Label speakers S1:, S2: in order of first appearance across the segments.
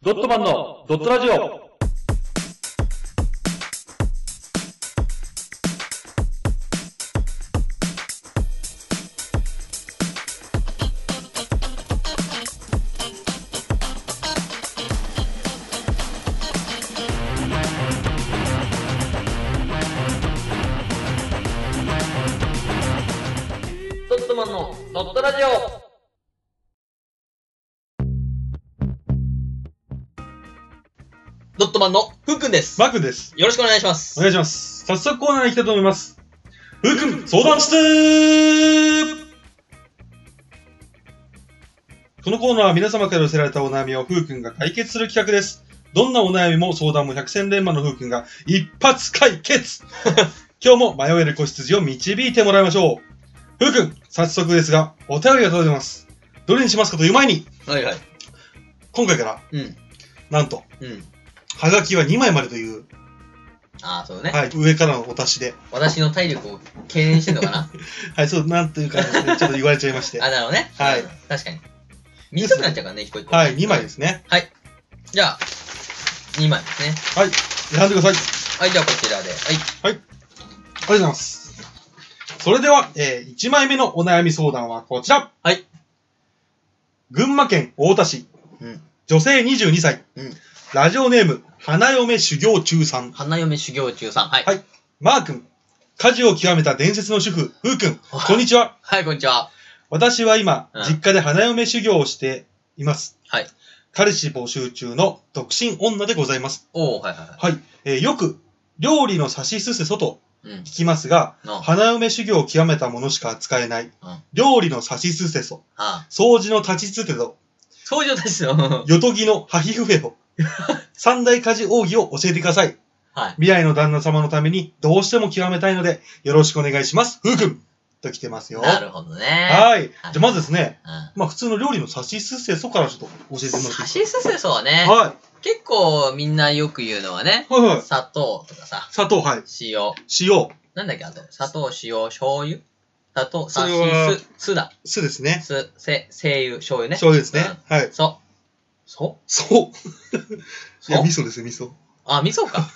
S1: ドットマンのドットラジオ
S2: ドットマンのドットラジオドットマンのふうくんです。よ
S3: マクです。
S2: ろしくお願いしま
S3: お
S2: す。
S3: 願いします。早速コーナーに行きたいと思います。ふうくん、相談室このコーナーは皆様から寄せられたお悩みをふうくんが解決する企画です。どんなお悩みも相談も百戦錬磨のふうくんが一発解決 今日も迷える子羊を導いてもらいましょう。ふうくん、早速ですが、お便りが届いてます。どれにしますかという前に、
S2: はいはい。
S3: 今回から、
S2: うん。
S3: なんと、
S2: うん。
S3: はがきは2枚までという、
S2: ああ、そうね、
S3: はい、上からのお達しで、
S2: 私の体力を敬遠してんのかな
S3: はい、そう、なんというか、ね、ちょっと言われちゃいまして。
S2: あ、なるほどね。
S3: はい
S2: うん。確かに。短くなっちゃうからね、一個一個。
S3: はい、2枚ですね。
S2: じゃあ、2枚ですね。
S3: 選んでください。あ
S2: はい、
S3: りが
S2: じゃあこちらで。はい。
S3: とうございます。それでは、えー、1枚目のお悩み相談はこちら。
S2: はい。
S3: 群馬県太田市、
S2: うん
S3: 女性22歳、
S2: うん
S3: ラジオネーム、花嫁修行中さん。
S2: 花嫁修行中さん。はい。
S3: はいマー君、家事を極めた伝説の主婦、ふう君、こんにちは。
S2: はい、こんにちは。
S3: 私は今、
S2: うん
S3: 実家で花嫁修行をしています。
S2: はい。
S3: 彼氏募集中の独身女でございます。
S2: おおはいはいは
S3: はい。えーよく、料理の差しすせそと
S2: い。うん
S3: 聞。きますが、
S2: の、は
S3: 花嫁修行を極めたものしか扱えない、料理の差しすせそ、
S2: あ。
S3: 掃除の立ちつてと、
S2: 掃除を出すの。
S3: よとぎのハヒフフ ェホ、三大家事奥義を教えてください。
S2: はい。
S3: 未来の旦那様のためにどうしても極めたいので、よろしくお願いします。ふうくんと来てますよ。
S2: な
S3: は
S2: るほど
S3: い。
S2: ね。
S3: じゃあまずですね、
S2: うん
S3: まあ普通の料理の差しすせそからちょっと教えてもらってい
S2: さ
S3: い
S2: しすせそはね、
S3: は
S2: 結構みんなよく言うのはね、
S3: い。はいはい。
S2: 砂糖とかさ、
S3: 砂糖、はい。
S2: 塩、
S3: 塩、
S2: なんだっけ、あと、砂糖、塩、醤油砂糖、
S3: そ
S2: さ
S3: れ
S2: し
S3: は
S2: す、すだ、
S3: 酢ですね。
S2: す、せ、精油、醤油ね。
S3: 醤油ですね。はい。
S2: そ、そ、
S3: そう。い
S2: そ
S3: や、味噌ですよ、味噌。
S2: あ、味噌か。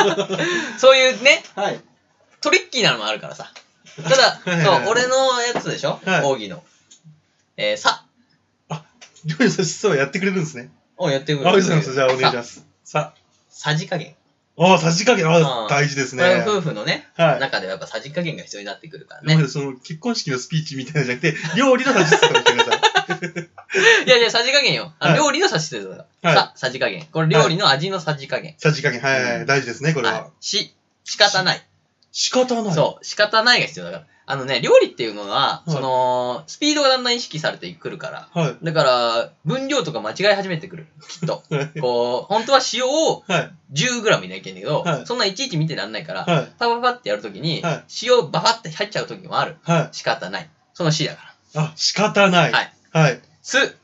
S2: そういうね、
S3: はい。
S2: トリッキーなのもあるからさ。た
S3: はい
S2: だ、
S3: はいはい
S2: そう、俺のやつでしょ
S3: はい
S2: 講義の。えー、さ、
S3: 料理の差しすせそはやってくれるんですね。
S2: をやってく
S3: あ、りがとうございます。じゃあ、お願いし
S2: さ
S3: ます。さ
S2: さじ加減。
S3: あ、あ、さじ加減、
S2: う
S3: あ
S2: ん
S3: 大事です
S2: こ
S3: ね。
S2: れ夫婦のね、
S3: はい。
S2: 中ではやっぱさじ加減が必要になってくるから
S3: 今ま
S2: ね
S3: で。その結婚式のスピーチみたいなのじゃなくて、料理のさじ加減をしてください。
S2: いやいや、さじ加減よ。あ
S3: はい
S2: 料理のさしですよ。
S3: はい
S2: さ、さじ加減。これ料理の味のさじ加減。
S3: さじ加減、はいはい、
S2: うん
S3: 大事ですね、これは。
S2: はいし、仕方ない。
S3: 仕方ない。
S2: そう、仕方ないが必要だから。あのね、料理っていうのは、
S3: い
S2: その、スピードがだんだん意識されてくるから。
S3: う。はい。
S2: だから、分量とか間違え始めてくる。き っと。
S3: はい。
S2: こう、本当は塩を
S3: はい。
S2: 10グラム入れなきゃいけないんだけ
S3: は
S2: ど、
S3: い
S2: そんないちいち見てらんないから、
S3: はい。
S2: パパパってやるときに
S3: はい、
S2: 塩ババって入っちゃうときもある。
S3: はい。
S2: 仕方ない。その C だか
S3: あ、仕方ない。
S2: はい。
S3: はい。
S2: ら。す、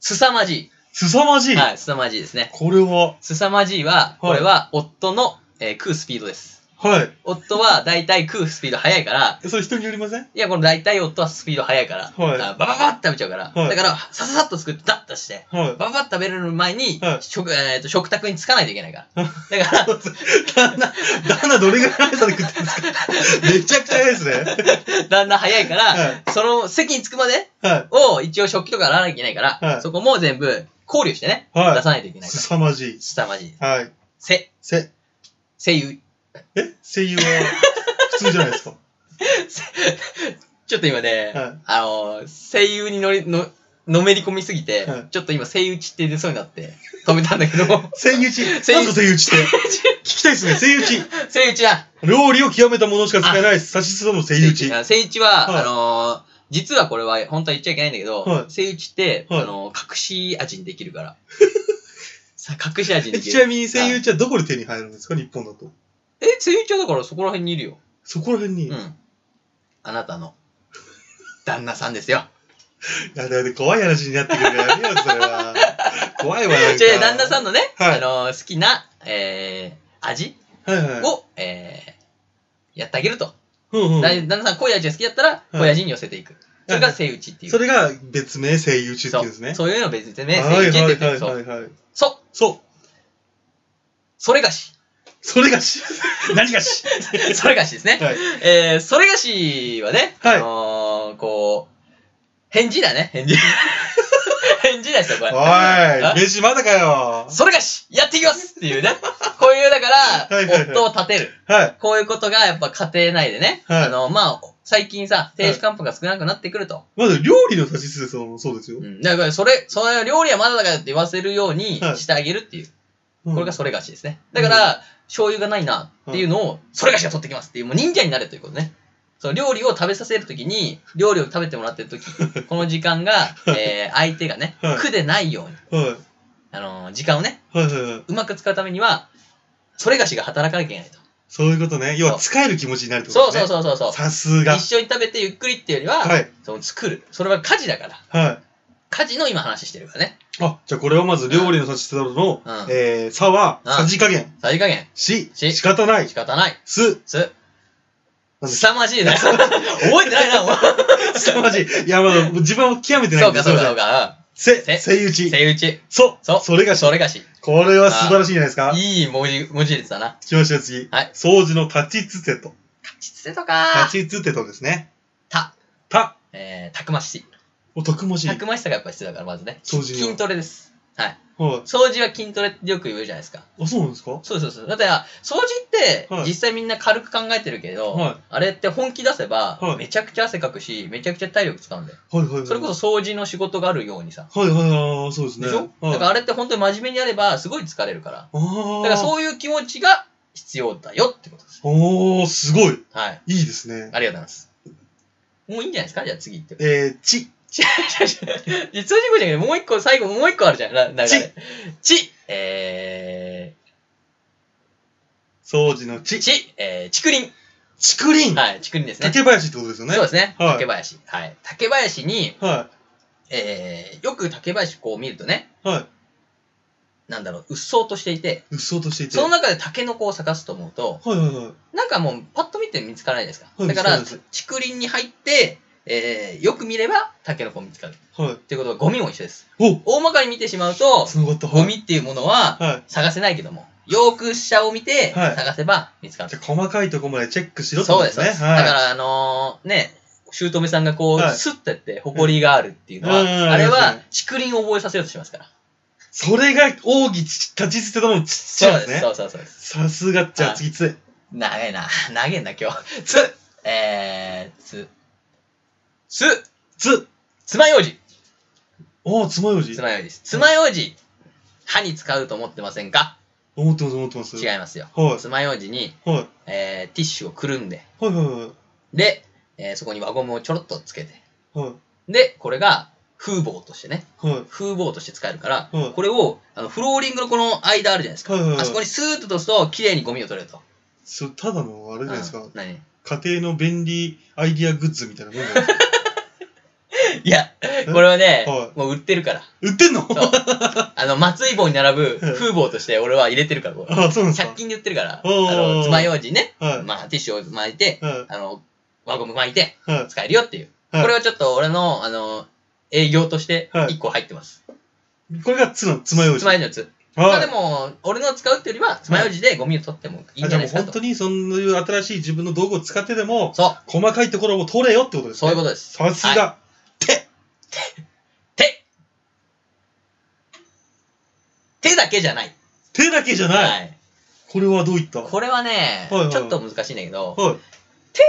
S2: すさまじ
S3: 凄まじ
S2: い。
S3: い。
S2: はい、すさまじいですね。
S3: これは、
S2: すさまじいは、これは夫の、えー食うスピードです。
S3: はい。
S2: 夫は大体食うスピード速いから、
S3: それ人によりません
S2: いや、この大体夫はスピード速いから、
S3: はい
S2: あバババって食べちゃうから、
S3: は
S2: だ
S3: い
S2: から、さささっと作って、ダッとして、
S3: は
S2: バババって食べる前に、
S3: はい
S2: 食えーと食卓に着かないといけないから。だ から、
S3: い。旦那、旦那どれぐらいの速さで食ってるんです かめちゃくちゃ早いですね。
S2: だんだん速いから、
S3: は
S2: その席に着くまで
S3: は
S2: を一応食器とか洗わなきゃいけないから、
S3: はい
S2: そこも全部考慮してね、
S3: い。は
S2: 出
S3: い。
S2: さないといけないから。
S3: 凄まじい。
S2: すさまじいです。
S3: はい。
S2: せ、
S3: せ、
S2: せゆ、
S3: え声優は普通じゃないですか。
S2: ちょっと今ね、
S3: はい
S2: あのー、声優に乗り、の、のめり込みすぎて、
S3: はい
S2: ちょっと今声優ちって出そうになって、止めたんだけ ど、
S3: 声優ち。
S2: 声
S3: なんと声優ちって。 聞きたいですね、声優ち。
S2: 声優ちだ
S3: 料理を極めたものしか使えない、差しすその声優ち。
S2: あ声優ちは、
S3: はい
S2: あのー、実はこれは本当は言っちゃいけないんだけど、
S3: は
S2: 声優ちって、
S3: はい
S2: あのー、隠し味にできる から。さ隠し味に
S3: え
S2: でき
S3: ちな
S2: る。
S3: みに声優ちはどこで手に入るんですか、日本だと。
S2: え、声優ちはだからそこら辺にいるよ。
S3: そこら辺に。
S2: う
S3: い
S2: ん。あなたの、旦那さんですよ。
S3: や、だって怖い話になってくるからやめよう、それ は。怖いわ、 なんか。
S2: じゃあ旦那さんのね、
S3: はい
S2: あのー、好きな、えー、味
S3: はいはい。
S2: を、えー、やってあげると。
S3: うんうん
S2: だい旦那さん濃い味が好きだったら、濃い味に寄せていく。それがセイウチっていう。
S3: それが別名声優ちって
S2: そ、
S3: いううんですね。
S2: そういうの別にね、
S3: はい
S2: セイウチ
S3: は
S2: って言
S3: い
S2: って
S3: は
S2: る
S3: い
S2: そう。
S3: はいはい。
S2: そ、
S3: そう。
S2: それが し。
S3: それがし。 何がし。
S2: それがしですね。
S3: はい。
S2: えー、それがしはね、
S3: はい
S2: あのー、こう、返事だね、 返事。返事だしよ、これ。
S3: お
S2: あ
S3: い、飯まだかよ。
S2: それがしやっていきますって いうね。こういう、だから、
S3: はいはいはい
S2: 夫を立てる。
S3: はい。
S2: こういうことが、やっぱ家庭内でね。
S3: はい
S2: あの、まあ、最近さ、亭主関白が少なくなってくると。
S3: まず料理の差し支えそうもそうですよ
S2: う。ん。だから、それ、その料理はまだだからって言わせるように
S3: はい
S2: してあげるっていう。
S3: こ
S2: これがそれがしですね。だから、醤油がないなっていうのを、それがしが取ってきますっていう、もう忍者になれということね。その料理を食べさせるときに、料理を食べてもらってると き、この時間が、えー、相手がね
S3: はい、
S2: 苦でないように、
S3: はい。
S2: あのー時間をね、
S3: はいはいはい。
S2: うまく使うためには、それがしが働かなきゃいけないと。
S3: そういうことね。要は、使える気持ちになるってこ
S2: そう
S3: とね。
S2: そうそうそうそう。
S3: さすが
S2: 一。緒に食べてゆっくりっていうよりは、
S3: はい。
S2: その作る。それは家事だから。
S3: はい。
S2: 家事の今話してるからね。
S3: あ、じゃあこれはまず料理の差し支えの
S2: うん、
S3: えー、差は、
S2: うん
S3: さじ加減。
S2: さじ加減。
S3: し、
S2: し
S3: 仕方ない
S2: 仕。方ない。
S3: す、
S2: す。
S3: なんです
S2: 凄まじいな。覚えてないな、お前。
S3: すさまじい。いや、まだ自分は極めてな
S2: そ
S3: い
S2: うん
S3: で
S2: か、そうか、
S3: すい
S2: そう
S3: ま
S2: か。
S3: せん
S2: せ
S3: せ、せ打ち。
S2: セイウチ。
S3: そ、
S2: そう
S3: それがし
S2: そ。れがし。
S3: これは素晴らしいんじゃないですか。
S2: いい文字、文字列だな。
S3: 行きましょう、次。
S2: はい
S3: 掃除の立ちつてと。
S2: ちつてとか
S3: 立。ちつてとですね。
S2: た。
S3: た。
S2: えー、たくまし
S3: お、たくまし
S2: い。
S3: い。
S2: たくましさがやっぱ必要だから、まずね。
S3: 掃除には
S2: 筋トレです。はい。
S3: はい。
S2: 掃除は筋トレってよく言うじゃないですか。
S3: あ、そうなんですかは
S2: そうそうそう。だって、掃除って
S3: はい、
S2: 実際みんな軽く考えてるけど、
S3: はい
S2: あれって本気出せば
S3: はい、
S2: めちゃくちゃ汗かくし、めちゃくちゃ体力使うんだよ。
S3: いはいはい。
S2: それこそ掃除の仕事があるようにさ。
S3: そ。はいはいはい、そうですね。
S2: でしょ、
S3: はい、
S2: だからあれって本当に真面目にやれば、すごい疲れるから。
S3: あ
S2: だ
S3: あ。
S2: からそういう気持ちが必要だよってことです。
S3: おー、すごい。い
S2: はい。
S3: いですね。
S2: ありがとうございます。もういいんじゃないですかじゃあ次行って。
S3: えー、ち。
S2: 通じ語じゃなくて、もう一個、最後、もう一個あるじゃん。な流れ。
S3: ち
S2: ち。え
S3: 掃除の
S2: ー、
S3: ち。
S2: ち、えー、竹林。
S3: ちくりん。
S2: はい、竹林ですね。
S3: 竹林ってことですよね。
S2: そうですね。
S3: はい
S2: 竹林。はい。竹林に、
S3: は
S2: えー、よく竹林こう見るとね、
S3: い。は
S2: なんだろう、うっそうとしていて、
S3: い。うっそうとしていて。
S2: その中で竹の子を探すと思うと、
S3: はいはいはい。
S2: なんかもう、パッと見て見つからないですか。
S3: はい
S2: だから、
S3: 見つか
S2: 竹
S3: らな
S2: 林に入って、えー、よく見れば、竹の子見つかる。
S3: はい。
S2: っていうことは、ゴミも一緒です。
S3: お
S2: 大まかに見てしまうと、
S3: つながった。はい
S2: ゴミっていうものは、
S3: はい。
S2: 探せないけども、よーく下を見て、
S3: はい
S2: 探せば見つかる。
S3: じゃあ細かいとこまでチェックしろって
S2: そ
S3: こ
S2: う
S3: と
S2: で、
S3: ですす
S2: そう
S3: ね。
S2: です。だか
S3: は
S2: ら、あのーね、姑さんがこう、
S3: はい
S2: スッてやって、誇りがあるっていうのは、
S3: うんうんうん
S2: あれ
S3: う
S2: は
S3: ん、
S2: 竹林を覚えさせようとしますから。
S3: い。それが、奥義ち、立ちつてとのちっち
S2: そ
S3: ゃいうで
S2: ですす、
S3: ね
S2: そ。うそうそうです。
S3: さすが、じゃあ次つ。
S2: 長いな。長いな、今日。つ、えー、つ、す、
S3: つ。
S2: 爪楊枝。
S3: おー、つまようじ。
S2: 爪楊枝です。爪楊枝。歯に使うと思ってませんか
S3: 思ってます、思ってます。
S2: 違いますよ。
S3: はい。
S2: 爪楊枝に、
S3: はい。
S2: えー、ティッシュをくるんで、
S3: はいはいはい。
S2: で、えーそこに輪ゴムをちょろっとつけて、
S3: はい。
S2: で、これが風防としてね、
S3: はい。
S2: 風防として使えるから、
S3: うん
S2: これをあのフローリングのこの間あるじゃないですか。
S3: はいはいはい
S2: あそこにスーッと通すと、綺麗にゴミを取れると。
S3: それただのあれじゃないですか、
S2: うん何 い
S3: 家庭の便利アイディアグッズみたいなもんじゃない ですか
S2: や、これはね、
S3: は
S2: もう売ってるから。
S3: 売ってんの
S2: そうあの、松井棒に並ぶ
S3: うん
S2: 風防として俺は入れてるから、これ。
S3: あそうなんですか
S2: 100均で売ってるから、あ
S3: おー
S2: の、爪楊枝ね、
S3: はい
S2: まあ、ティッシュを巻いて、
S3: は
S2: あの、輪ゴム巻いて、
S3: いはい
S2: 使えるよっていう。
S3: はい
S2: これはちょっと俺の、あの、営業として
S3: はい
S2: 1個入ってます。
S3: これがつの爪楊枝
S2: 爪楊枝のつ。まあ
S3: は
S2: で
S3: い
S2: も、俺の使うっていうよりは、爪楊枝でゴミを取ってもいいん
S3: あ
S2: じ
S3: じ
S2: ゃない
S3: ゃあも
S2: で
S3: う
S2: すか
S3: 本
S2: と
S3: 当。にそういう新しい自分の道具を使ってでも
S2: そ
S3: 細かいところを取れよってこと
S2: う、
S3: です
S2: そう
S3: ね
S2: いうことです。
S3: さすが、
S2: 手手だけじゃない。
S3: 手だけじゃない、
S2: はい。
S3: これはどういったはい
S2: これはね、
S3: はいはい
S2: ちょっと難しいんだけど、
S3: はい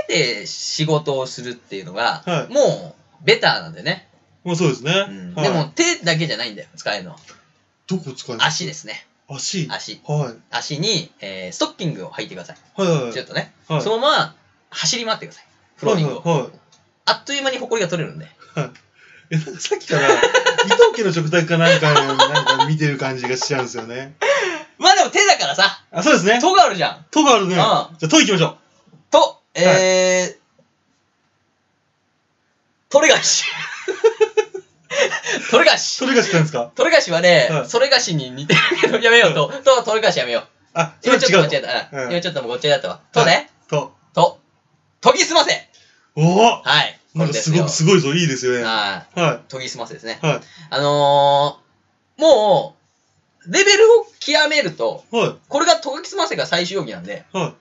S2: 手で仕事をするっていうのが、
S3: は
S2: もう、ベターなんだよね。
S3: まあそうですね、
S2: うん
S3: はい
S2: でも、手だけじゃないんだよ、使えるのは。
S3: どこ使います
S2: 足ですね。
S3: 足はい
S2: 足。
S3: はい
S2: 足に、えーストッキングを履いてください。
S3: はいはい
S2: ちょっとね。
S3: はい
S2: そのまま、走り回ってください。フローリングを。
S3: はいはいはい
S2: あっという間に埃が取れるんで。
S3: えなんかさっきから 伊藤家の食卓かなんかなんか見てる感じがしちゃうんですよね
S2: まあでも手だからさ、
S3: あそうですね
S2: とがあるじゃん。
S3: とがある
S2: うん
S3: ね。じゃあ、と行きましょう。
S2: と、えー、取れ菓 子。取れ菓子。
S3: それが知ったんですか
S2: 取れ菓子はね
S3: は、い
S2: それ菓子に似てるけど、やめようと。と、取れ菓子やめよう。
S3: あ、そ
S2: 今
S3: れは
S2: ちょっと
S3: 違
S2: 間違
S3: う
S2: えた。
S3: う
S2: うんん今ちょっともうごっちゃになったわ。とね、
S3: と。と。
S2: と、研ぎ澄ませ。
S3: おお
S2: はい。こ
S3: なん
S2: れ
S3: か
S2: ですす
S3: ご
S2: よ
S3: く、。すごいぞ。いいですよね。は。
S2: はい。
S3: はい
S2: 研ぎ澄ませですね。
S3: い。
S2: あのー、もう、レベルを極めると、
S3: は
S2: これが研ぎ澄ませが最終容義なんで、
S3: い、は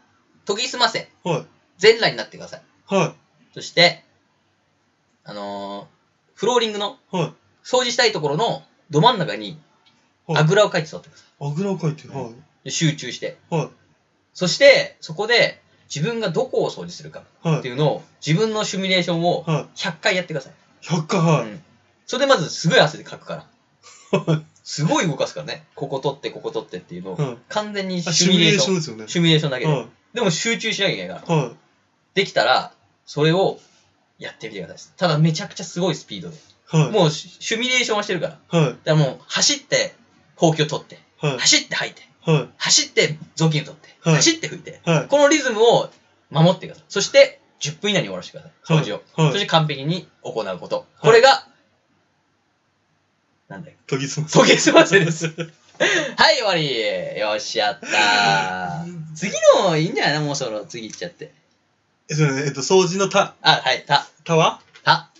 S2: 研ぎ澄ませ、
S3: い、はい、
S2: 全裸になってください。
S3: は
S2: そして、あのーフローリングの
S3: い、はい。
S2: 掃除したいところのど真ん中に、
S3: はい
S2: あぐらをかいて座ってくださ
S3: あぐらをかいて、はい、
S2: い。で集中して。
S3: は
S2: そして、そこで自分がどこを掃除するか
S3: い、は
S2: って
S3: い、
S2: いうのを、自分のシミュレーションを
S3: は
S2: 100回やってください。
S3: い。100回、は
S2: うんそれでまずすごい汗でかくから。
S3: い、は
S2: すごい動かすからね。ここ取って、ここ取ってっていうのを、
S3: いはい。
S2: 完全に
S3: あ
S2: シ
S3: シミ
S2: ミュ
S3: ュ
S2: レ
S3: レ
S2: ー
S3: ー
S2: シ
S3: シ
S2: ョ
S3: ョ
S2: ン
S3: ン。ですよね。
S2: シミュレーションだけで。
S3: は
S2: でも集中しなきゃいけないから。
S3: い、は
S2: できたら、それをやってみてください。ただめちゃくちゃすごいスピードで。
S3: い、はい、
S2: もうシシミュレーションはしてるから。
S3: はい、
S2: だからもう走って、ほうきを取って、
S3: はい、
S2: 走って吐いて、
S3: はい、
S2: 走って雑巾を取って、
S3: はい
S2: 走って拭いて、
S3: はい、
S2: このリズムを守ってください。そして、10分以内に終わらせてください。掃除を。
S3: はい
S2: そし
S3: はい。
S2: て完璧に行うこと。これが、なんだよ。
S3: 研ぎ澄ま
S2: 尊敬しますです。はい、終わり。よっしゃったー。次のいいんじゃないのもうそろ次行っちゃって。
S3: えそうねえっと、掃除のた、
S2: あ、はい、た、
S3: たわ
S2: た、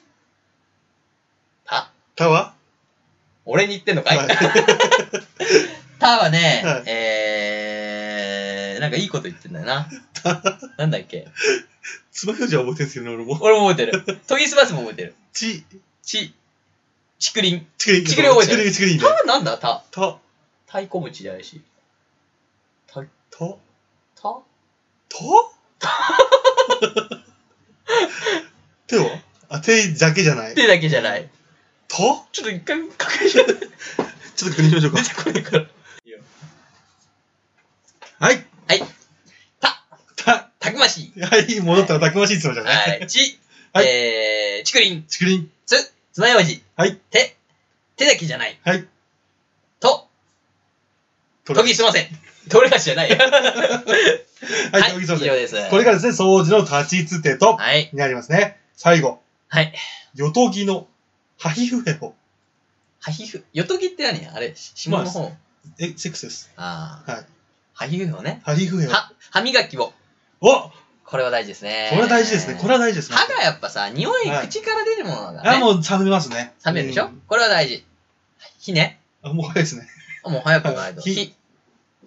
S2: た。
S3: たわ
S2: 俺に言ってんのかい、
S3: は
S2: タはね、
S3: はい
S2: えー、なんかいいこと言ってんだよな。 なんだっけ
S3: つまようじは覚えてるんですけどね、俺も。
S2: 俺も覚えてる。トギスバスも覚えてる。
S3: ち、
S2: ち、ちくりん。
S3: ちくりん。
S2: ちくりん覚えてる
S3: ちくりん、ちく
S2: タ
S3: りんね。
S2: はなんだタ。
S3: た、
S2: 太鼓持ちじゃないし。
S3: た、
S2: タ
S3: た 手はあ、手だけじゃない。た
S2: 手だけじゃない。
S3: ちょ
S2: ちょっと一回確認して出て
S3: っと確認しましょうか。
S2: こないから。
S3: はい。
S2: タ、
S3: た、
S2: たくましい。
S3: はい、戻ったらたくましいって言ってましたね。
S2: はい。ち、
S3: はい
S2: えー、ちくりん。
S3: ちくりん。
S2: つ、つまようじ。
S3: はい。
S2: 手、手だけじゃない。
S3: はい。
S2: と、
S3: と
S2: 研ぎすません。取れがしじゃない。
S3: はい、
S2: はい
S3: 研ぎ
S2: 以上
S3: 澄ませ。
S2: です。
S3: これがですね、掃除の立ちつてと、
S2: はい。
S3: になりますね。最後。
S2: はい。
S3: よとぎの、ハヒフヘホ。
S2: ハヒフ、ヨトギって何あれ、し下の方。
S3: え、セックスです。
S2: ああ。
S3: はい。
S2: ハヒフをね。
S3: ハヒフヘホ。
S2: は、歯磨きを。
S3: おこ
S2: これは大事ですね。
S3: れは大事ですね。これは大事ですね。
S2: 歯がやっぱさ、匂い
S3: はい
S2: 口から出るものだか
S3: あ、
S2: らね。
S3: もう冷めますね。
S2: 冷めるでしょ
S3: うん
S2: これは大事。火ね。
S3: あ、もう早いですね。
S2: もう早くないと。
S3: はい
S2: 火。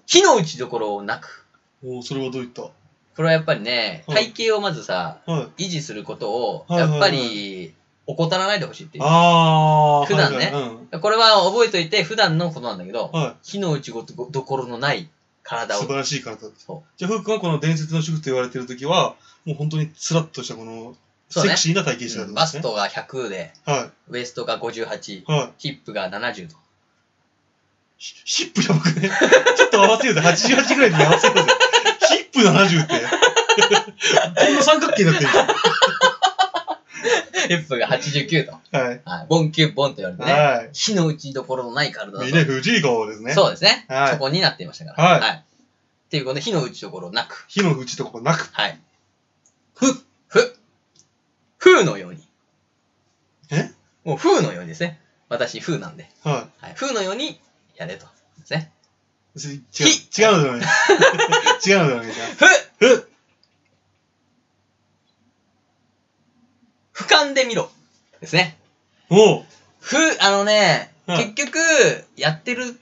S2: 火の打ちどころをなく。
S3: おーそれはどういったは
S2: これはやっぱりね、
S3: はい
S2: 体型をまずさ、
S3: い。
S2: 維持することを、
S3: はいはい
S2: や
S3: は
S2: っぱ
S3: い
S2: り、怠らないでほしいっていう。
S3: ああ。
S2: 普段ね
S3: はいはいうん
S2: これは覚えといて、普段のことなんだけど、
S3: は
S2: 火の打ちごとどころのない
S3: い。
S2: 体
S3: 素
S2: を
S3: 晴。らしい体だ
S2: そう
S3: と。じゃあ、ふうくんはこの伝説の主婦と言われてる時は、もう本当につらっとしたこの、
S2: そ
S3: セ
S2: うね
S3: クシーな体型してたって
S2: うん
S3: ことで
S2: バ
S3: す
S2: ス
S3: ね。
S2: トが100で、
S3: は
S2: ウエストが58
S3: い。、はい。
S2: ヒップが70と。
S3: ヒヒップやばくね。ちょっと合わせようぜ。88ぐらいに合わせようぜ。ヒップ70って。こんな三角形になってるじゃん
S2: ヒップが89と。
S3: はい。
S2: はい、ボンキュッボンと言われてね。
S3: は
S2: 火の打ちどころのない体だと。
S3: い。みんな藤井顔ですね。
S2: そうですね、
S3: はい
S2: そこになっていましたから。
S3: はい
S2: っていうことで、火の打ちどころなく。
S3: 火の打ちとかなく。
S2: はい。ふ、ふ、風のように。
S3: え
S2: もう風のようにですね。私、風なんで。
S3: は
S2: はい、風のようにやれと。ですね。
S3: い。す違う、違うの じゃない。違うのじゃないじゃん。
S2: ふ
S3: ふ
S2: 俯瞰で見ろ。ですね。
S3: おう
S2: ふ、あのね、
S3: はい
S2: 結局、やってる、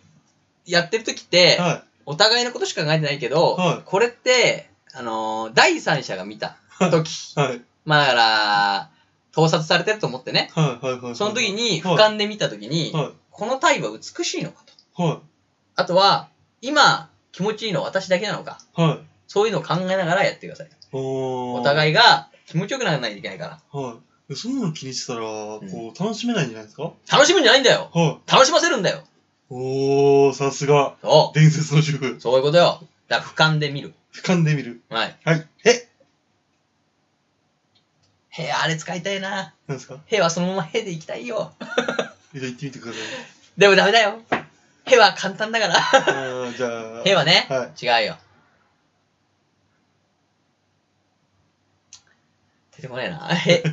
S2: やってる時って、
S3: は
S2: お互いのことしか考えてないけど、
S3: はい
S2: これって、あのー第三者が見た時、
S3: い。はい。
S2: まあだから、盗撮されてると思ってね、
S3: はい。はい。はい。
S2: その時に
S3: は
S2: 俯
S3: い
S2: 瞰で見た時に、
S3: は
S2: この体は美しいのかと。
S3: い。は
S2: あとは、今気持ちいいのは私だけなのか。
S3: い。はい。
S2: そういうのを考えながらやってください。
S3: お
S2: お
S3: い。
S2: 互いが気持ちよくならないといけないから。
S3: はい。そんなの気にしてたら、こう、楽しめないんじゃないですか
S2: 楽しむんじゃないんだよ
S3: はい。
S2: 楽しませるんだよ
S3: おー、さすが。
S2: そ
S3: 伝説の主婦
S2: う。そういうことよ。だから俯瞰で見る。
S3: 俯瞰で見る。
S2: はい。
S3: はい。へ
S2: へえ、あれ使いたいな。
S3: なんですか
S2: へはそのままへでいきたいよ。
S3: じゃあ行ってみてください。
S2: でもダメだよ。へは簡単だから。
S3: あーじゃあ。
S2: へはね、
S3: は
S2: 違うよ。出てこねえ な。へ。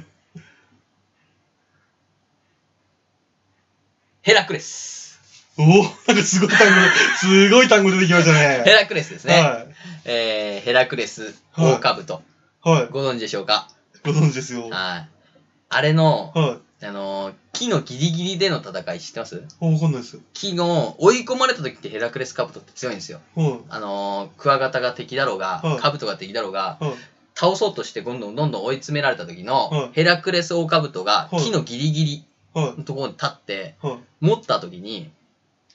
S2: ヘラクレス。
S3: おおなんかすごい単語、すごい単語出てきましたね。
S2: ヘラクレスですね。
S3: は
S2: えー、ヘラクレス、
S3: はい
S2: 大カブト。
S3: い。はい。
S2: ご存知でしょうか
S3: ご存知ですよ。はい。
S2: はい。あれの、
S3: は
S2: あのー、木のギリギリでの戦い知ってます
S3: あわかんないです。
S2: 木の追い込まれた時ってヘラクレスカブトって強いんですよ。
S3: はい。
S2: あのー、クワガタが敵だろうが
S3: はい、
S2: カブトが敵だろうが、
S3: はい。
S2: 倒そうとしてどんどんどんどん追い詰められた時
S3: はい
S2: の、ヘラクレスオオカブトが
S3: はい
S2: 木のギリギリ
S3: は
S2: のところに立って、
S3: い。はい。
S2: 持った時に、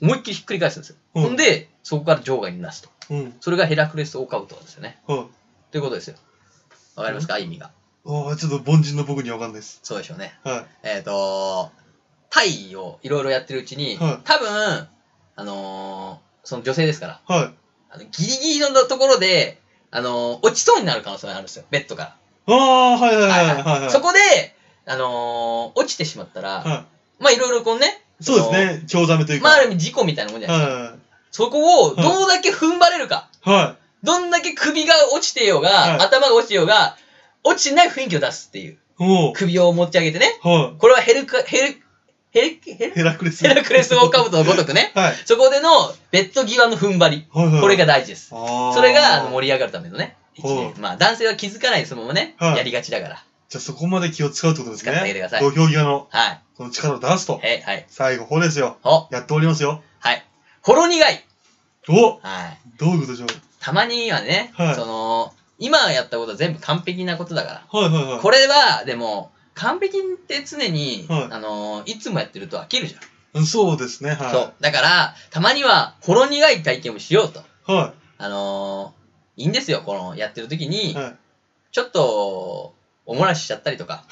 S2: 思いっきりひっくり返すんですよ。
S3: うん
S2: ほんで、そこから場外に出すと。
S3: うん。
S2: それがヘラクレスオオカブトなんですよね。
S3: はい。
S2: ということですよ。わかりますか意味が。
S3: ああ、ちょっと凡人の僕にはわかんないです。
S2: そうでしょうね。
S3: は
S2: えっ、と、タイをいろいろやってるうちに、
S3: はい
S2: 多分、あのーその女性ですから、
S3: い。はい。
S2: あのギリギリのところで、あのー落ちそうになる可能性があるんですよ、ベッドか
S3: ああ、はいはい
S2: ら。
S3: はいはいはい。
S2: そこで、あのー落ちてしまったら、
S3: は
S2: まあいろいろこうね、
S3: い。そうですね。興ざめというか。
S2: まあある
S3: は
S2: 意味事故みたいなもんじ
S3: い。
S2: ゃないですか。
S3: は
S2: そこをどうだけ踏ん張れるか、
S3: い。は
S2: どんだけ首が落ちてようが、
S3: はい
S2: 頭が落ちてようが、落ちない雰囲気を出すっていう。
S3: い。も
S2: 首を持ち上げてね。
S3: う。は
S2: これはヘルカ、ヘル、ヘル、ヘル
S3: い。ヘラクレス。
S2: ヘラクレスオオカブトのごとく ね。
S3: はい。
S2: そこでのベッド際の踏ん張り。
S3: はいはい。
S2: これが、大事です。
S3: ああ。
S2: それがあの盛り上がるためのね。一
S3: ほ
S2: 年まあ男性は気づかないそのままね、
S3: はい
S2: やりがちだから。
S3: じゃあそこまで気を使うってことです
S2: 使
S3: ね。
S2: ってあげてください
S3: 土俵際の、
S2: はい。
S3: その力を出すと。
S2: はい、はい。
S3: 最後、ほうですよ。
S2: ほ、
S3: やっておりますよ。
S2: はい。ほろ苦い。
S3: お
S2: はい。
S3: どういうことでしょう
S2: たまにはね、
S3: はい
S2: その、今やったことは全部完璧なことだから。
S3: はいはいはい。
S2: これは、でも、完璧って常に、
S3: はい
S2: あのー、いつもやってると飽きるじゃん。
S3: うんそうですね。はい。
S2: そう。だから、たまには、ほろ苦い体験をしようと。
S3: は
S2: あのー、いいんですよ、この、やってる時
S3: い。
S2: に、
S3: は
S2: ちょっと、おもらししちゃったりとか、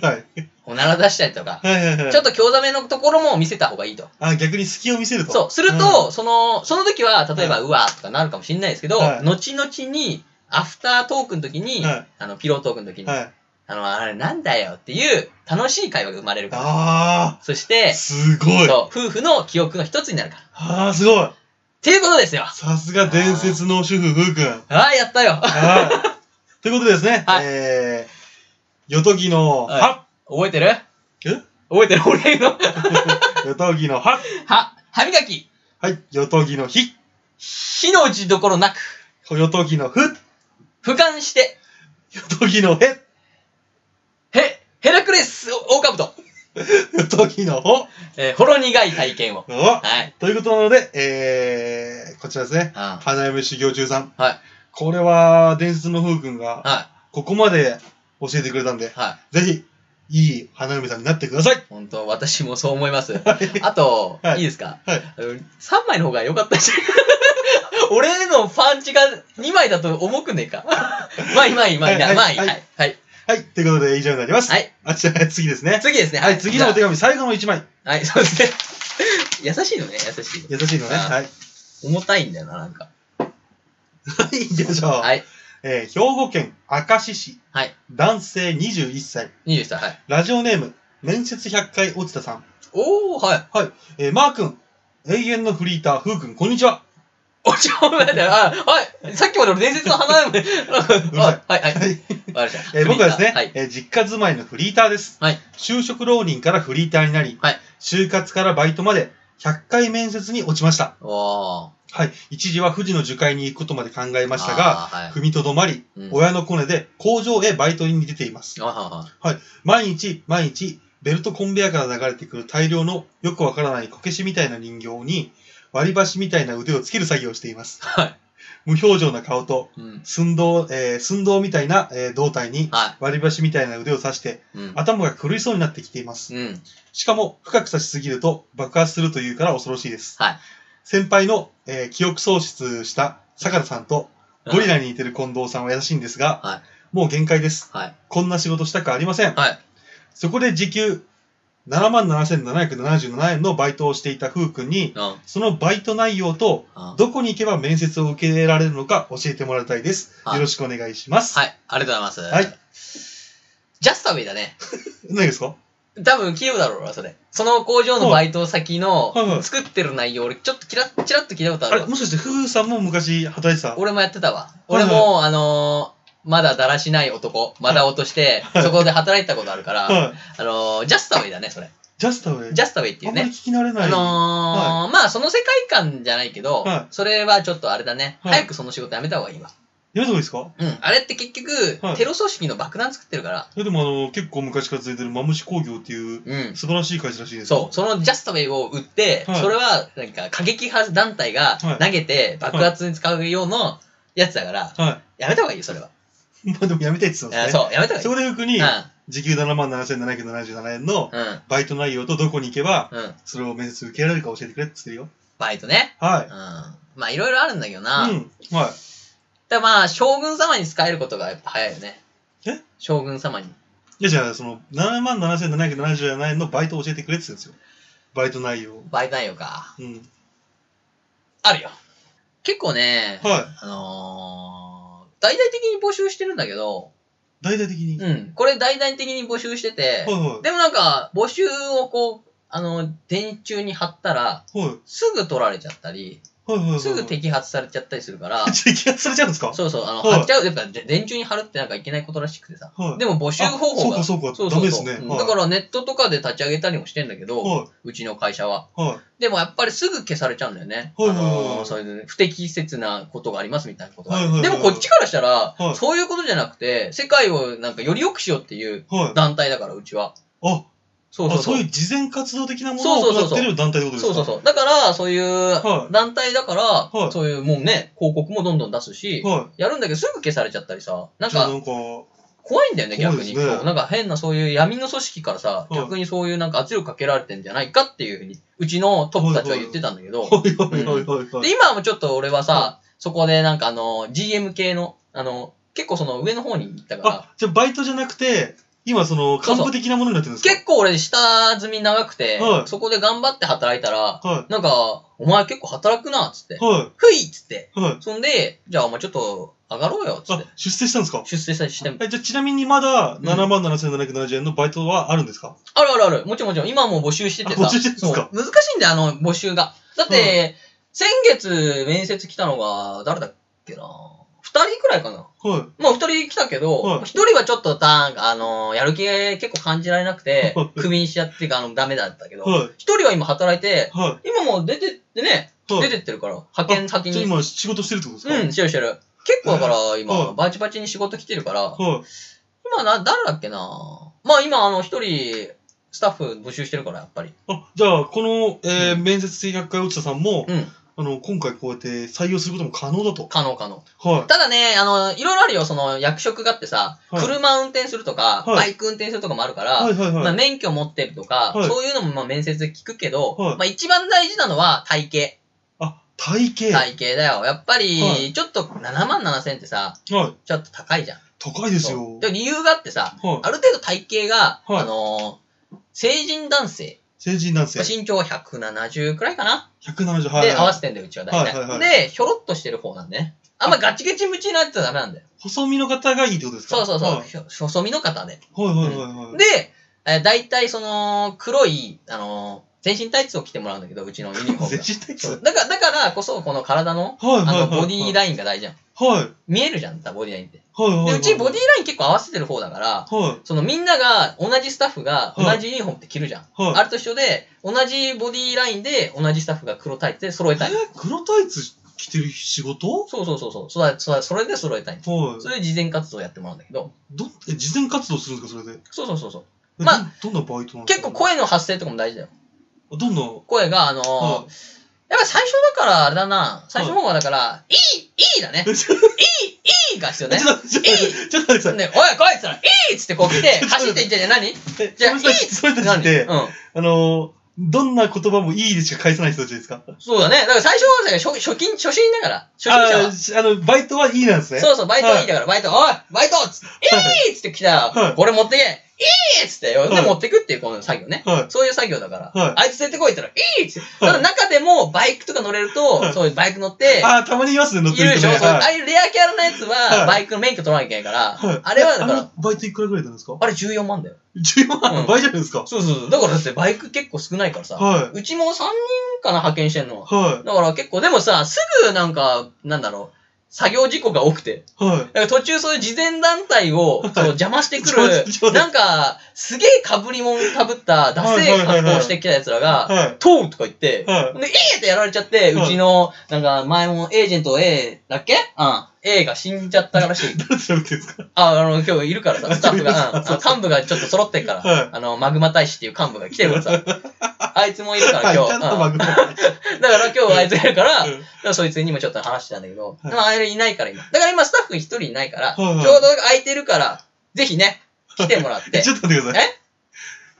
S3: い。はい。
S2: おなら出したりとか、
S3: はいはいはい。
S2: ちょっと興ざめのところも見せた方がいいと。
S3: あ、逆に隙を見せると。
S2: そう、すると、その、その時は、例えば、うわーとかなるかもしれないですけど、
S3: はい
S2: 後々に、アフタートークの時に、
S3: はい
S2: あの、ピロートークの時
S3: うん
S2: に、
S3: はい。
S2: あの、あれなんだよっていう、楽しい会話が生まれるから。
S3: あ
S2: そし
S3: あ、
S2: て、
S3: すごい。
S2: そう、夫婦の記憶の一つになるから。っ
S3: ああ、すごい。
S2: ていうことですよ。
S3: さすが伝説の主婦、ふうくん。
S2: ああ、やったよ。
S3: はい。ということでですね、
S2: はい
S3: えー、よとぎの
S2: はい
S3: は、
S2: 覚えてる
S3: え
S2: 覚えてる俺の。
S3: よとぎのは、
S2: は、歯磨き。
S3: はい、よとぎのひ、
S2: 火の打ちどころなく。
S3: よとぎのふ、よ
S2: 俯瞰して。
S3: とぎのへ、
S2: へ、ヘラクレスオオカブト。
S3: よとぎのほ、
S2: えー、ほろ苦い体験を。
S3: お
S2: はい。
S3: ということなので、えー、こちらですね、
S2: は
S3: 花嫁修行中さん。
S2: はい。
S3: これは、伝説のふうくん
S2: い。
S3: が、
S2: は
S3: ここまで教えてくれたんで
S2: い。、はい。
S3: ぜひ、いい花嫁さんになってください。
S2: 本当私もそう思い ます。あと、
S3: は
S2: い、
S3: い
S2: いですか、
S3: はい
S2: あの ?3 枚の方が良かったじゃん。 俺のパンチが2枚だと重くねえか。 まあいいまあいいまあいい
S3: は
S2: な。
S3: い
S2: まあいい。
S3: は
S2: はいい。はい。
S3: はい、ということで以上になります。
S2: はい。
S3: あ、じゃあ次ですね。
S2: 次ですね。
S3: はい、次のお
S2: じ
S3: 手
S2: ゃ
S3: 紙、最後の1枚。
S2: あはい、そうですね。 優しいのね、優しい
S3: 優しいのね。
S2: あ
S3: はい。
S2: 重たいんだよな、なんか。
S3: はい、行きましょう。
S2: はい。
S3: えー兵庫県明石市。
S2: はい
S3: 男性21歳。
S2: 20歳、はい。
S3: ラジオネーム、面接100回落ちたさん。
S2: おー、はい。
S3: えーマー君、永遠のフリーター、ふう君、こんにちは。
S2: おちょ、待って、あ、はい。さっきまで俺伝説の花嫁。 あはい、はい。わか
S3: はい
S2: りました。
S3: えー僕はですね、
S2: はい。
S3: えー実家住まいのフリーターです。
S2: はい
S3: 就職浪人からフリーターになり、
S2: はい
S3: 就活からバイトまで100回面接に落ちました。
S2: おー。
S3: はい。一時は富士の樹海に行くことまで考えましたが、
S2: あー、はい。
S3: 踏みとどまり、
S2: うん
S3: 親のコネで工場へバイトに出ています。
S2: あは
S3: 毎日毎日ベルトコンベヤーから流れてくる大量のよくわからないこけしみたいな人形に割り箸みたいな腕をつける作業をしています。
S2: ははい。
S3: 無表情な顔と
S2: うん。
S3: 寸胴、えー寸胴みたいな、えー胴体に
S2: は
S3: 割り箸みたいな腕を刺して
S2: い。うん。
S3: 頭が狂いそうになってきています。
S2: うん。
S3: しかも深く刺しすぎると爆発するというから恐ろしいです。
S2: はい
S3: 先輩の、えー記憶喪失した坂田さんとゴリラに似てる近藤さんは優しいんですが、
S2: は
S3: もう限界です。
S2: はい。
S3: こんな仕事したくありません。
S2: はい。
S3: そこで時給77,777円のバイトをしていた風君に、
S2: うん。
S3: そのバイト内容と、
S2: あ
S3: どこに行けば面接を受け入れられるのか教えてもらいたいです。
S2: はい
S3: よろしくお願いします。
S2: はい。ありがとうございます。
S3: はい。
S2: ジャスタウェイだね。
S3: 何ですか
S2: 多分、聞いただろうな、それ。その工場のバイト先の
S3: はいはいはい
S2: 作ってる内容、俺、ちょっとキラッ、チラッと聞いたことあ
S3: あ
S2: る
S3: れ、
S2: わ。
S3: もしかして、風さんも昔働いてた
S2: 俺もやってたわ。
S3: はいは
S2: 俺
S3: い
S2: も、あのー、まだだらしない男、まだ落として、そこで働いてたことあるから、
S3: はい。
S2: あのー、ジャスタウェイだね、それ。
S3: ジャスタウェイ。
S2: ジャスタウェイってい
S3: あ
S2: うん
S3: まり
S2: ね。
S3: 聞き慣れない。
S2: あのーまあ、その世界観じゃないけど、
S3: はい
S2: それはちょっとあれだね、
S3: はい
S2: 早くその仕事やめた方がいいわ。
S3: やめた方がいいですか
S2: うん。あれって結局、
S3: はい
S2: テロ組織の爆弾作ってるから。
S3: いやでもあの、結構昔から続いてるマムシ工業っていう
S2: うん。
S3: 素晴らしい会社らしいですよ
S2: そう。そのジャストウェイを売って、
S3: はい
S2: それは、なんか、過激派団体が
S3: はい
S2: 投げて爆発に使う用のやつだから、
S3: は
S2: やめた方がいいよ、それは。
S3: い。ま あでもやめたいって言って
S2: あ
S3: ますね。
S2: そう、やめた
S3: そ
S2: 方がい
S3: こで服に
S2: い。、
S3: 時給7万7777円の
S2: うん。
S3: バイト内容とどこに行けば、
S2: うん。うん。
S3: それを面接受けられるか教えてくれって言ってるよ。
S2: バイトね。
S3: は
S2: う
S3: い
S2: ん。。まあ、いろいろあるんだけどな。
S3: うん。は
S2: だからまあ、将軍様に使えることがやっぱ早いよね。
S3: え
S2: 将軍様に。
S3: い。いやじゃあ、その、7万7777円のバイトを教えてくれって言ってるんですよ。バイト内容。
S2: バイト内容か。
S3: うん。
S2: あるよ。結構ね、
S3: は
S2: あのー、大々的に募集してるんだけど、
S3: い。大々的に。は
S2: う
S3: い
S2: ん。これ大々的に募集してて、
S3: は
S2: でもなんか、募集をこう、あの、電柱に貼ったら、
S3: い。はい。
S2: すぐ取られちゃったり、
S3: はいはいはいはい。
S2: すぐ摘発されちゃったりする から、
S3: 摘発されちゃうんですか
S2: そうそう、あの、
S3: はい
S2: 貼っちゃう、やっぱで電柱に貼るってなんかいけないことらしくてさ。
S3: はい。
S2: でも募集方法
S3: あ
S2: が、
S3: そうかそう
S2: そ
S3: うか。ダ
S2: う
S3: メで
S2: そ
S3: す
S2: う
S3: ね。
S2: うん
S3: はい
S2: だからネットとかで立ち上げたりもしてんだけど、
S3: は
S2: うちの会社は。
S3: い。はい。
S2: でもやっぱりすぐ消されちゃうんだよね。
S3: はい
S2: あ
S3: はいはいはい
S2: のーそういう不適切なことがありますみたいなことがある。
S3: はいはいはい
S2: でもこっちからしたら、
S3: はい
S2: そういうことじゃなくて、世界をなんかより良くしようっていう
S3: はい。
S2: 団体だから、うちは。
S3: あ、
S2: そうそう
S3: あ
S2: そう
S3: そういう。事前活動的なも
S2: そう
S3: の
S2: そ
S3: を
S2: うそう
S3: 行
S2: そ
S3: っ
S2: う
S3: てる団体ってことで
S2: そ
S3: すか
S2: うそうそう。だから、そういう
S3: はい
S2: 団体だから、
S3: はい
S2: そういうもうね、広告もどんどん出すし、
S3: は。
S2: やるんだけどすぐ消されちゃったりさ、ないん
S3: じゃあ
S2: か
S3: なんか、は
S2: 怖いんだよね、
S3: そう
S2: 逆
S3: です
S2: に。
S3: ね
S2: そうなんか変なそういう闇の組織からさ、
S3: はい
S2: 逆にそういうなんか圧力かけられてんじゃないかっていうふうに、うちのトップたちは言ってたんだけど、
S3: いはいはいはいは
S2: で、
S3: い。
S2: 今はもうちょっと俺はさ、そこでなんかあの、GM 系の、あの、結構その上の方に行ったから、
S3: あ、じゃあバイトじゃなくて、今その、
S2: そう
S3: 幹
S2: そう
S3: 部的なものになってるんですか
S2: 結構俺下積み長くて、
S3: はい
S2: そこで頑張って働いたら、
S3: は
S2: なんか、お前結構働くな、っつって
S3: い。。は
S2: ふいっつって。
S3: い。はい。
S2: そんで、じゃあお前ちょっと上がろうよ、っつって
S3: あ。、出世したんですか
S2: 出世さして、
S3: えじゃあちなみにまだ
S2: うん
S3: 7万7770円のバイトはあるんですか
S2: あるあるある。もちろんもちろん。今もう募集しててさ。
S3: あ募集してるんですか
S2: そう難しいんだよ、あの、募集が。だって、先月面接来たのが、誰だっけな二人くらいかな。
S3: は
S2: まあ、二人来たけ
S3: は
S2: ど
S3: い、
S2: 一、人はちょっと、たあのーやる気が結構感じられなくて
S3: はい、
S2: クビにしちゃって、あの、ダメだったけ
S3: い。
S2: ど、
S3: は
S2: 一、人は今働いて
S3: い。、は
S2: 今もう出てってね、
S3: い。はい。
S2: 出てってるから、派遣先
S3: じゃあ
S2: に。
S3: 今仕事してるってことですか
S2: うん、してるしてる。結構だから、
S3: は
S2: 今、
S3: い
S2: バチバチに仕事来てるから、
S3: はい。
S2: 今な、誰だっけなまあ今、あの、一人、スタッフ募集してるから、やっぱり。
S3: あ、じゃあこの、え
S2: う
S3: ー、面接制約会落ちたさんも、
S2: うん、
S3: あの、今回こうやって採用することも可能だと。
S2: 可能可能。
S3: は
S2: ただね、あの、いろいろあるよ、その、役職があってさ、
S3: はい
S2: 車運転するとか、
S3: はい
S2: バイク運転するとかもあるから、
S3: い。はいはい
S2: まあ、
S3: はい。
S2: 免許持ってるとか、
S3: はい
S2: そういうのもまあ面接で聞くけど、
S3: はい
S2: まあ、一番大事なのは体
S3: あ、体型。
S2: 型。体型だよ。やっぱ
S3: は
S2: り、ちょっと7万7千ってさ、
S3: はい。
S2: ちょっと高いじゃん。
S3: 高いです
S2: そ
S3: よ
S2: う。で理由があってさ、
S3: はい。
S2: ある程度体型が、
S3: はい
S2: あのー成人男性、
S3: 成人男性。
S2: 身長は170くらいかな、
S3: 170、はい。
S2: で、合わせてんだよ、うちは大体、
S3: はいはいは
S2: で、ひょろっとしてる方なんでね。あんまガチガチムチになってたらダメなんだよ。
S3: 細身の方がいいってことですか
S2: そうそうそう、
S3: はい
S2: ひょ細身の方で。
S3: はいはいはいはい。
S2: で、えー、大体その、黒い、あのー全身タイツを着てもらうんだけど、うちのユニフォームが。
S3: 全身タイツ
S2: そうだから、だからこそ、この体の、
S3: は
S2: あ
S3: いはいはい
S2: の、
S3: はい。
S2: ボディラインが大事じゃん。
S3: はい。はい
S2: 見えるじゃん、ボディラインって。
S3: はいはい。
S2: で、うちボディライン結構合わせてる方だから、
S3: は
S2: そのみんなが、同じスタッフが、同
S3: はい
S2: じユニフォームって着るじゃん。
S3: い。は
S2: あ
S3: い。
S2: れと一緒で、同じボディラインで、同じスタッフが黒タイツで揃え
S3: え
S2: たい。
S3: ー、黒タイツ着てる仕事
S2: そうそうそうそう。それそれそれで揃えたい。
S3: はい
S2: そ。れで事前活動をやってもらうんだけど、
S3: ど、え、事前活動するんですかそれで。
S2: そうそうそうそう。
S3: え
S2: まあ、
S3: どどんなバイトなんです
S2: 結
S3: か
S2: 構声の発声とかも大事だよ。
S3: どんな、
S2: 声が、あのー
S3: は
S2: やっぱ最初だから、あれだな、最初の方はだから、い、い、いいだね。
S3: い。ちょっ
S2: いいが必要
S3: と、
S2: ね。
S3: ちょっと、ちょっと、ちょっと待ってください。
S2: ね、おい、こいつら、いいっつってこう来 て、走っていってんじゃん、何
S3: え
S2: じゃあ
S3: それ
S2: いい
S3: それたちっ
S2: 何
S3: て、
S2: う
S3: あの、どんな言葉もいいでしか返さない人たちですか
S2: ん。そうだね。だから最初はだから初、初金、初心だから。初心者
S3: あ
S2: は。
S3: ーあの、バイトはいいなんですね。
S2: そうそう、バイトはいいだから、バイト、おい、バイトっつって、いいっつって来た
S3: は
S2: ら
S3: い、
S2: これ持ってけ、いいっつって、
S3: は
S2: で、
S3: い
S2: 持ってくっていうこの作業ね。
S3: はい。
S2: そういう作業だから、
S3: はい
S2: あいつ連れてこいって言ったら、いいっつって。
S3: はい
S2: ただ中でも、バイクとか乗れると
S3: は、い
S2: そういうバイク乗って、
S3: ああ、たまにいますね、乗っ
S2: い
S3: て
S2: る
S3: る
S2: でし
S3: 人
S2: ょ、
S3: ね。
S2: そうあ
S3: は
S2: あいうレアキャラのやつ
S3: は
S2: は、
S3: い
S2: バイクの免許取らなきゃいけないか
S3: い
S2: ら、あれはだか
S3: あ
S2: ら
S3: の、バイトいくらぐらいなんですか
S2: あれ14万だよ。
S3: ?14 万、
S2: うん
S3: 倍じゃないですか。
S2: そうそうそう。だからだってバイク結構少ないからさ、
S3: は
S2: うちも3人かな、派遣してんの
S3: い。
S2: は。
S3: は
S2: だから結構、でもさ、すぐなんか、なんだろう、作業事故が多くて。
S3: い。はい。
S2: だから途中そういう事前団体を、そう邪魔してく
S3: そうですそう
S2: る、
S3: です
S2: なんか、すげえ被り物被った、ダセえ格好してきた奴らが、
S3: はい。
S2: トウとか言って、
S3: は
S2: で、ええってやられちゃって、
S3: はいう
S2: ちの、なんか、前もエージェント A だっけうん。 A が死んじゃったらしい。
S3: 誰と喋ってるんですか
S2: あ、あの、今日いるからさ、スタッフが、うん、あ
S3: そうそう
S2: 幹部がちょっと揃ってっから、
S3: はい
S2: あの、マグマ大使っていう幹部が来てるから さ、あいつもいるから
S3: はい、
S2: 今
S3: ち
S2: 日、
S3: ゃ
S2: うんん、
S3: とマグロ。
S2: だから今日あいついるから、
S3: うん
S2: だからそいつにもちょっと話してたんだけど、
S3: はい
S2: でもあれいないから今。だから今スタッフ一人いないから、
S3: はいはい
S2: ちょうど空いてるから、ぜひね、来てもらって。
S3: ちょっと待って ください。
S2: え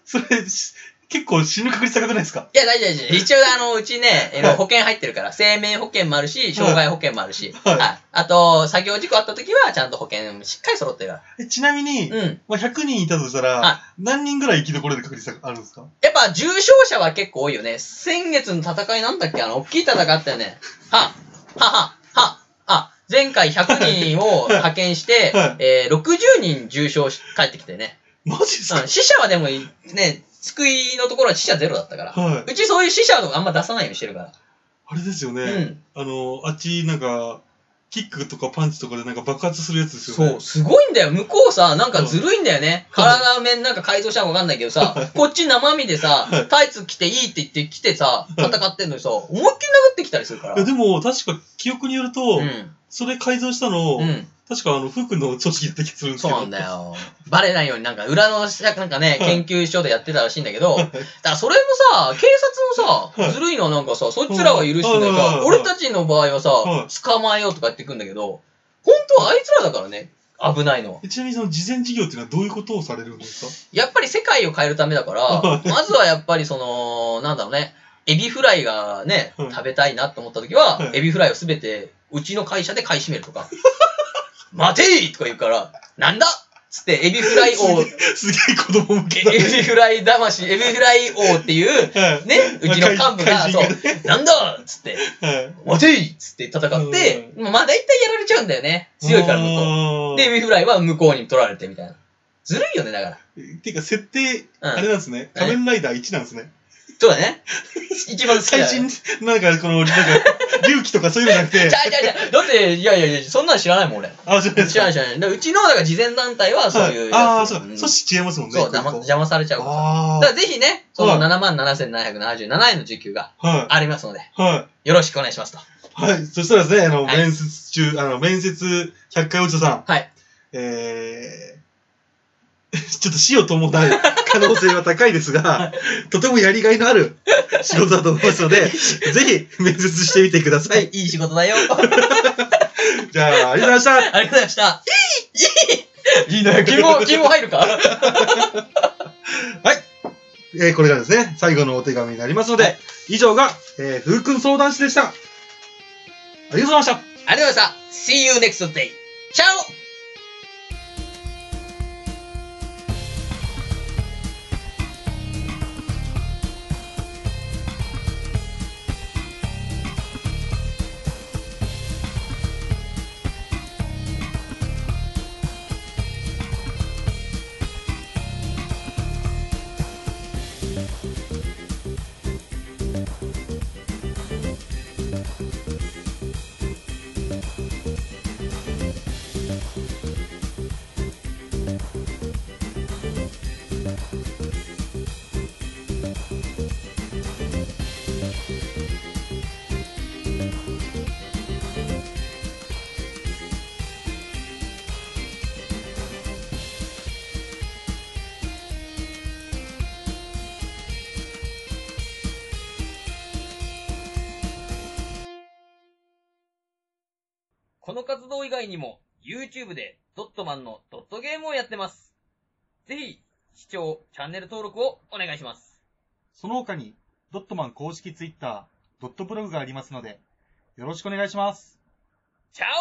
S3: それ、し結構死ぬ確率高くないですか
S2: いや、大丈夫、大丈夫。一応、あの、うちね、あの
S3: はい
S2: 保険入ってるから、生命保険もあるし、障害保険もあるし、
S3: はい
S2: ああと、作業事故あった時は、ちゃんと保険しっかり揃ってるか
S3: えちなみに、
S2: ら。うん。
S3: まあ、100人いたとしたら、
S2: はい
S3: 何人ぐらい生き残れる確率があるんですか
S2: やっぱ、重症者は結構多いよね。先月の戦いなんだっけあの、大きい戦いあったよね。は、は、は、は、あ、前回100人を派遣して、
S3: はい
S2: えー、60人重症し帰ってきてね。
S3: マジです
S2: う
S3: か
S2: ん、死者はでも、ね、救いのところは死者ゼロだったから。
S3: は
S2: うちそういう死者とかあんま出さないようにしてるから。
S3: い。あれですよね。
S2: うん。
S3: あの、あっち、なんか、キックとかパンチとかでなんか爆発するやつですよね。
S2: そう、すごいんだよ。向こうさ、なんかずるいんだよね。
S3: うん
S2: 体面なんか改造したのかわかんないけどさ、こっち生身でさ、タイツ着ていいって言って来てさ、戦ってんのにさ、思いっきり殴ってきたりするから。
S3: いや
S2: う
S3: でも、確か記憶によると、
S2: ん。
S3: それ改造したのを、
S2: うん。
S3: 確かあの、フー君の組織やった気がするんです
S2: そ
S3: け
S2: う
S3: ど。
S2: なんだよ。バレないようになんか裏の、なんかね、研究所でやってたらしいんだけど、だからそれもさ、警察も
S3: は
S2: さ、
S3: い
S2: ずるいのはなんかさ、そいつらは許してんだけ
S3: うんはいはいは
S2: ど、
S3: い
S2: 俺たちの場合はさ
S3: は、
S2: 捕まえようとか言ってくんだけど、本当はあいつらだからね、危ないのは。
S3: えちなみにその事前事業っていうのはどういうことをされるんです か
S2: やっぱり世界を変えるためだから、まずはやっぱりその、なんだろうね、エビフライがね、
S3: はい
S2: 食べたいなと思った時は、
S3: はい
S2: エビフライをすべて、うちの会社で買い占めるとか、 待ていとか言うから、なんだっつって、エビフライ王、エ
S3: すげえ子供向けだ
S2: エビフライ魂、エビフライ王っていう、
S3: はい
S2: ね、うちの幹部が、
S3: 怪
S2: そ
S3: 人がね
S2: う、なんだっつって、
S3: はい
S2: 待ていっつって戦って、まあ大体やられちゃうんだよね。強いから向こ
S3: あ
S2: う。
S3: ー
S2: で、エビフライは向こうに取られてみたいな。ずるいよね、だから。
S3: ていうか、設定、
S2: うん
S3: あれなんですね。仮面ライダー1なんですね。
S2: そうだね。一番好きだ
S3: 最
S2: よ
S3: 新、なんか、この、なんか、隆起とかそういうのじゃな くて
S2: ち、ゃうちゃうちゃう。だって、いやいやいや、そんなの知らないもん、俺。
S3: あ、じゃないです
S2: 知らな
S3: か。
S2: い知らない。だからうちの、だから、事前団体はそういうやつ。
S3: ああー、そうか。
S2: ん
S3: 組織違いますもんね。
S2: そう邪魔、邪魔されちゃうから。
S3: あ
S2: だからぜひね、その
S3: はい
S2: 77,777円の時給が
S3: あ。は
S2: ありますので、
S3: い。はい。
S2: よろしくお願いしますと。
S3: はい。そしたらですね、あの、
S2: はい
S3: 面接中、あの、面接100回落ちたさん。
S2: はい。
S3: えー、 ちょっと死を伴う可能性は高いですが、とてもやりがいのある仕事だと思います ので、ぜひ面接してみてくださ。
S2: はいい、いい仕事だ よ。
S3: じゃあ、ありがとうございました。
S2: ありがとうございました。いいいいね。金も、金も入るか
S3: えー、これがですね、最後のお手紙になりますので、以上が、えー、ふうくん相談室でした。ありがとうございました。
S2: ありがとうございました。See you next day. チャオこの活動以外にも、YouTube でドットマンのドットゲームをやってます。ぜひ、視聴、チャンネル登録をお願いします。
S4: その他に、ドットマン公式ツイッター、ドットブログがありますので、よろしくお願いします。
S2: チャオ